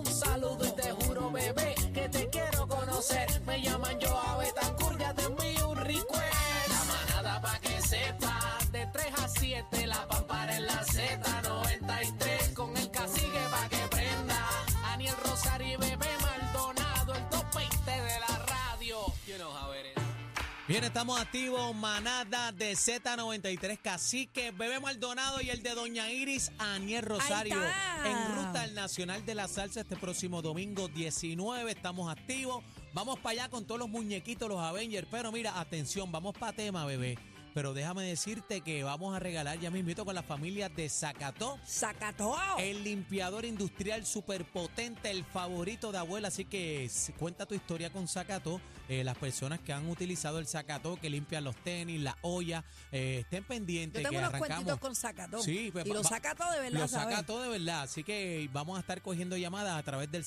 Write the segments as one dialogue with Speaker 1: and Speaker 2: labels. Speaker 1: un saludo y te juro, bebé, que te quiero conocer. Me llaman yo a Betancourt, ya te envío un request. La manada pa' que sepas, de 3 a 7, la pampara en la Z93, con el cacique pa' que prenda, Aniel Rosario y Bebé Maldonado, el top 20 de la radio. You know how it is.
Speaker 2: Bien, estamos activos, manada de Z93, Cacique, Bebé Maldonado y el de Doña Iris, Aniel Rosario,
Speaker 3: está.
Speaker 2: en ruta al Nacional de la Salsa este próximo domingo 19, estamos activos, vamos para allá con todos los muñequitos, los Avengers, pero mira, atención, vamos para tema, bebé, pero déjame decirte que vamos a regalar ya mismito con la familia de Zacató.
Speaker 3: Sacató.
Speaker 2: El limpiador industrial superpotente, el favorito de abuela. Así que s- cuenta tu historia con Zacato. Eh, las personas que han utilizado el Zacato, que limpian los tenis, la olla, eh, estén pendientes.
Speaker 3: Yo tengo
Speaker 2: que
Speaker 3: unos
Speaker 2: arrancamos.
Speaker 3: cuentitos con Sacató.
Speaker 2: Sí, pues,
Speaker 3: y
Speaker 2: va-
Speaker 3: lo
Speaker 2: va-
Speaker 3: Sacató de verdad,
Speaker 2: Lo
Speaker 3: ¿sabes?
Speaker 2: saca todo de verdad. Así que vamos a estar cogiendo llamadas a través del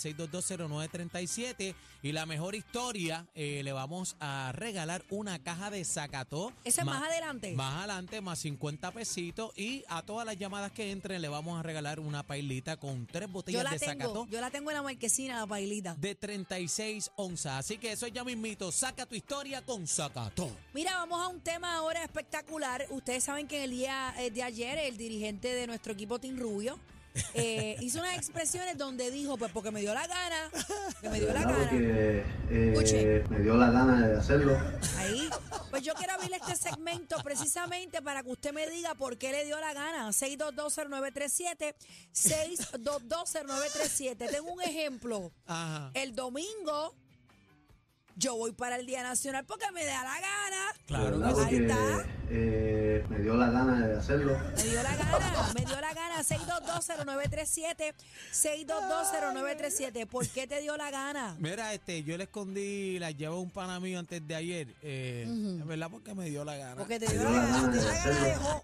Speaker 2: 6220937 y la mejor historia eh, le vamos a regalar una caja de Zacató.
Speaker 3: Ese es más adelante.
Speaker 2: Más adelante, más 50 pesitos y a todas las llamadas que entren le vamos a regalar una pailita con tres
Speaker 3: Yo
Speaker 2: botellas
Speaker 3: la
Speaker 2: de
Speaker 3: tengo,
Speaker 2: Zacató
Speaker 3: yo la tengo en la marquesina, la pailita.
Speaker 2: de 36 onzas. Así que eso es ya mismito. Saca tu historia con Zacató.
Speaker 3: Mira, vamos a un tema ahora espectacular. Ustedes saben que en el día eh, de ayer el dirigente de nuestro equipo Team Rubio eh, hizo unas expresiones donde dijo, pues porque me dio la gana, que me dio la
Speaker 4: ¿verdad?
Speaker 3: gana.
Speaker 4: Porque
Speaker 3: Escuche.
Speaker 4: eh, me dio la gana de hacerlo.
Speaker 3: Ahí. Pues yo quiero abrir este segmento precisamente para que usted me diga por qué le dio la gana. 6220937, 6220937. Tengo un ejemplo.
Speaker 2: Ajá.
Speaker 3: El domingo yo voy para el Día Nacional porque me da la gana.
Speaker 2: Claro
Speaker 4: ¿verdad?
Speaker 2: que sí.
Speaker 3: Ahí
Speaker 4: Porque
Speaker 3: está.
Speaker 4: eh, me dio la gana de hacerlo.
Speaker 3: Me dio la gana, me dio la gana. 6220937, 6220937. ¿Por qué te dio la gana?
Speaker 2: Mira, este, yo le escondí la llevo a un pana mío antes de ayer. Eh, ¿Verdad? Porque me dio la gana.
Speaker 3: Porque te dio la gana,
Speaker 4: gana
Speaker 3: te dio
Speaker 4: de
Speaker 3: la gana de
Speaker 4: hacerlo.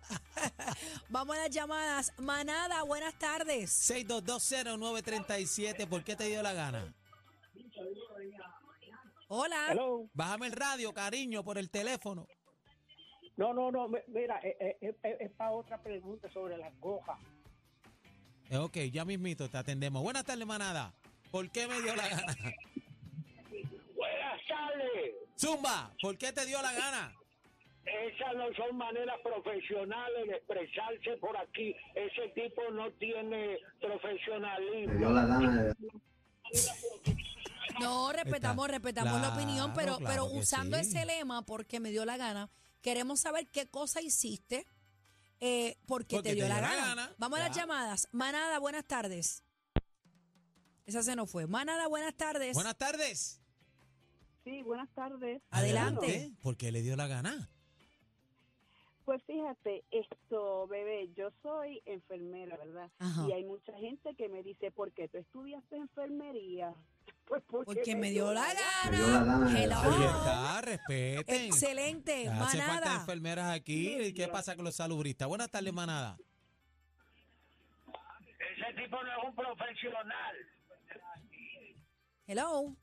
Speaker 3: Vamos a las llamadas. Manada, buenas tardes.
Speaker 2: 6220937, ¿por qué te dio la gana?
Speaker 3: Hola.
Speaker 5: Hello.
Speaker 2: Bájame el radio, cariño, por el teléfono.
Speaker 5: No, no, no, mi- mira, eh, eh, eh, eh, es para otra pregunta sobre las gojas.
Speaker 2: Eh, ok, ya mismito te atendemos. Buenas tardes, manada. ¿Por qué me dio la gana?
Speaker 5: Buenas tardes.
Speaker 2: Zumba, ¿por qué te dio la gana?
Speaker 5: Esas no son maneras profesionales de expresarse por aquí. Ese tipo no tiene
Speaker 4: Me dio
Speaker 5: profesionalismo.
Speaker 4: la gana de
Speaker 3: No, respetamos,
Speaker 2: Está.
Speaker 3: respetamos la
Speaker 2: Claro,
Speaker 3: opinión, pero,
Speaker 2: claro
Speaker 3: pero
Speaker 2: que
Speaker 3: usando
Speaker 2: sí.
Speaker 3: ese lema, porque me dio la gana, queremos saber qué cosa hiciste eh, porque, te dio la, gana. Vamos a las
Speaker 2: Ya.
Speaker 3: llamadas. Manada, buenas tardes. Esa se nos fue. Manada, buenas tardes.
Speaker 2: Buenas tardes.
Speaker 6: Sí, buenas tardes.
Speaker 3: Adelante.
Speaker 2: ¿Por qué le dio la gana?
Speaker 6: Pues fíjate, esto, bebé, yo soy enfermera, ¿verdad?
Speaker 3: Ajá.
Speaker 6: Y hay mucha gente que me dice, ¿por qué tú estudiaste enfermería? Pues porque,
Speaker 3: Porque me dio la
Speaker 4: Me dio la
Speaker 3: gana.
Speaker 4: gana de
Speaker 3: Hello.
Speaker 4: hacerlo.
Speaker 2: Ahí está, respeten.
Speaker 3: Ah. Excelente,
Speaker 2: Hace falta
Speaker 3: manada.
Speaker 2: enfermeras aquí. ¿Qué pasa con los salubristas? Buenas tardes, manada.
Speaker 5: Ese tipo no es un profesional.
Speaker 3: Hello.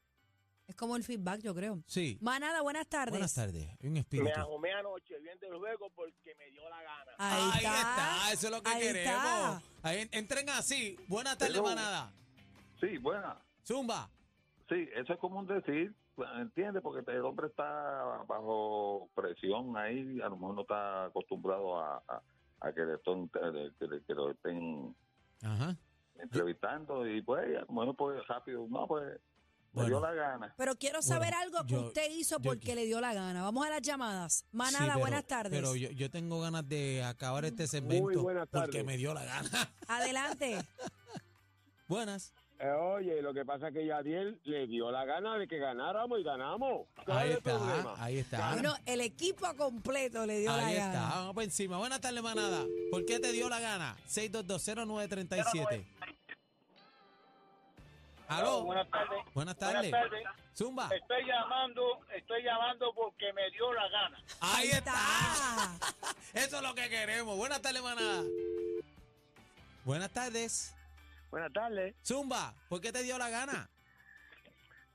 Speaker 3: Es como el feedback, yo creo.
Speaker 2: Sí.
Speaker 3: Manada, buenas tardes.
Speaker 2: Buenas tardes. Hay Un espíritu.
Speaker 5: ajomé anoche viendo el juego porque me dio la gana.
Speaker 3: Ahí, está.
Speaker 2: eso es lo que
Speaker 3: Ahí
Speaker 2: queremos.
Speaker 3: está.
Speaker 2: Ahí en- entren así. Buenas tardes,
Speaker 7: Hello.
Speaker 2: manada.
Speaker 7: Sí, buena.
Speaker 2: Zumba.
Speaker 7: Sí, eso es común decir, ¿entiendes? Porque el hombre está bajo presión ahí, a lo mejor no está acostumbrado a, a- a que, le estén, que le- que lo estén
Speaker 2: Ajá.
Speaker 7: entrevistando y pues, a lo mejor no puede rápido, no, pues,
Speaker 2: Bueno.
Speaker 7: me dio la gana.
Speaker 3: Pero quiero saber
Speaker 2: Bueno,
Speaker 3: algo que
Speaker 2: yo-
Speaker 3: usted hizo
Speaker 2: yo
Speaker 3: porque
Speaker 2: qui-
Speaker 3: le dio la gana. Vamos a las llamadas.
Speaker 2: Sí,
Speaker 3: Manada,
Speaker 2: pero-
Speaker 3: buenas tardes.
Speaker 2: Pero yo, yo tengo ganas de acabar este segmento
Speaker 5: buenas
Speaker 2: porque
Speaker 5: tardes.
Speaker 2: me dio la gana.
Speaker 3: Adelante.
Speaker 2: Buenas.
Speaker 8: Eh, oye, lo que pasa es que Yadiel le dio la gana de que ganáramos y ganamos. ¿Cuál
Speaker 2: Ahí
Speaker 8: es el problema?
Speaker 2: está, ahí está.
Speaker 3: Bueno, el equipo completo le dio
Speaker 2: Ah. Ahí
Speaker 3: la
Speaker 2: está,
Speaker 3: gana.
Speaker 2: vamos por encima. Buenas tardes, manada. ¿Por qué te dio la gana? 6220937. Aló. Buenas tardes. Buenas tardes. Zumba.
Speaker 5: Estoy llamando, estoy llamando porque me dio la gana.
Speaker 2: Ahí está.
Speaker 3: está.
Speaker 2: Eso es lo que queremos. Buenas tardes, manada. Buenas tardes.
Speaker 8: Buenas tardes.
Speaker 2: Zumba, ¿por qué te dio la gana?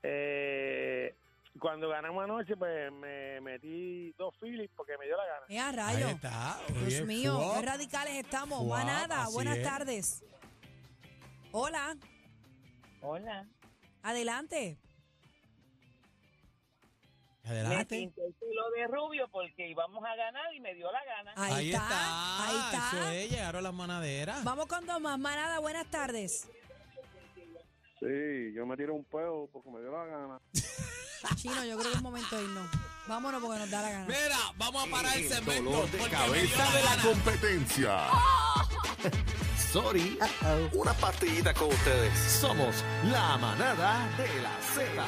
Speaker 8: Eh, cuando ganamos anoche, pues me metí dos Phillips porque me dio la gana.
Speaker 3: Mira,
Speaker 2: Ahí
Speaker 3: rayo.
Speaker 2: está. Oye,
Speaker 3: Dios mío,
Speaker 2: fuop.
Speaker 3: qué radicales estamos.
Speaker 2: Guau,
Speaker 3: Manada,
Speaker 2: así
Speaker 3: buenas
Speaker 2: es.
Speaker 3: tardes. Hola,
Speaker 6: Hola.
Speaker 3: adelante.
Speaker 2: Adelante.
Speaker 6: el pelo de rubio porque íbamos a ganar y me dio la gana.
Speaker 3: Ahí, está, Ahí está.
Speaker 2: Eso es, llegaron las manaderas.
Speaker 3: Vamos con dos más. Manada, buenas tardes.
Speaker 8: Sí, yo me tiré un peo porque me dio la gana.
Speaker 3: Chino, yo creo que es momento de irnos. Vámonos porque nos da la gana.
Speaker 2: Mira, vamos a parar el cemento.
Speaker 9: Dolor de
Speaker 2: porque me dio
Speaker 9: cabeza
Speaker 2: la
Speaker 9: de la
Speaker 2: gana.
Speaker 9: competencia. Sorry. Una partidita con ustedes. Somos la manada de la Z.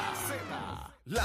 Speaker 9: La